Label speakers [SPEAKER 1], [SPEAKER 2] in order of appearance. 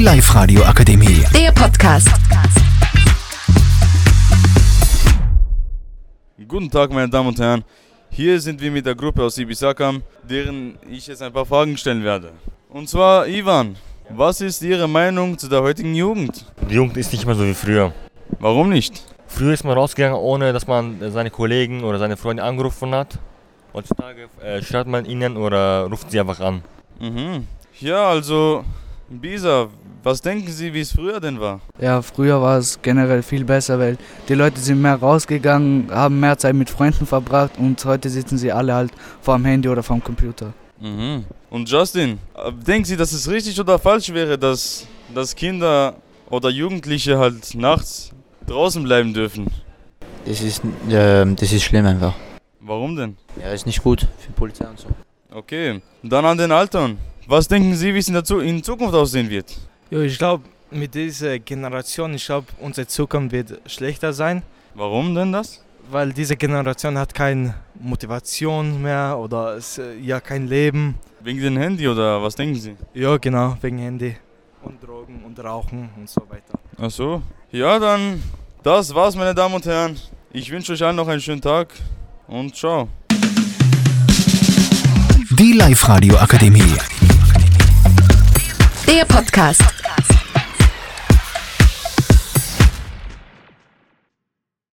[SPEAKER 1] Live radio akademie
[SPEAKER 2] Der Podcast.
[SPEAKER 3] Guten Tag, meine Damen und Herren. Hier sind wir mit der Gruppe aus Ibisakam, deren ich jetzt ein paar Fragen stellen werde. Und zwar, Ivan, was ist Ihre Meinung zu der heutigen Jugend?
[SPEAKER 4] Die Jugend ist nicht mehr so wie früher.
[SPEAKER 3] Warum nicht?
[SPEAKER 4] Früher ist man rausgegangen, ohne dass man äh, seine Kollegen oder seine Freunde angerufen hat. Heutzutage äh, schreibt man ihnen oder ruft sie einfach an.
[SPEAKER 3] Mhm. Ja, also, Bisa, was denken Sie, wie es früher denn war?
[SPEAKER 5] Ja, früher war es generell viel besser, weil die Leute sind mehr rausgegangen, haben mehr Zeit mit Freunden verbracht und heute sitzen sie alle halt vorm Handy oder vorm Computer.
[SPEAKER 3] Mhm. Und Justin, äh, denken Sie, dass es richtig oder falsch wäre, dass, dass Kinder oder Jugendliche halt nachts draußen bleiben dürfen?
[SPEAKER 6] Das ist, ähm, das ist schlimm einfach.
[SPEAKER 3] Warum denn?
[SPEAKER 6] Ja, ist nicht gut für Polizei und so.
[SPEAKER 3] Okay, dann an den Altern. Was denken Sie, wie es in, der Zu in Zukunft aussehen wird?
[SPEAKER 7] Ja, ich glaube, mit dieser Generation, ich glaube, unsere Zukunft wird schlechter sein,
[SPEAKER 3] Warum denn das?
[SPEAKER 7] weil diese Generation hat keine Motivation mehr oder es, äh, ja kein Leben.
[SPEAKER 3] Wegen dem Handy oder was denken Sie?
[SPEAKER 7] Ja, genau, wegen Handy und Drogen und Rauchen und so weiter.
[SPEAKER 3] Ach so. Ja, dann, das war's, meine Damen und Herren. Ich wünsche euch allen noch einen schönen Tag und ciao.
[SPEAKER 1] Die Live radio akademie
[SPEAKER 2] Der Podcast.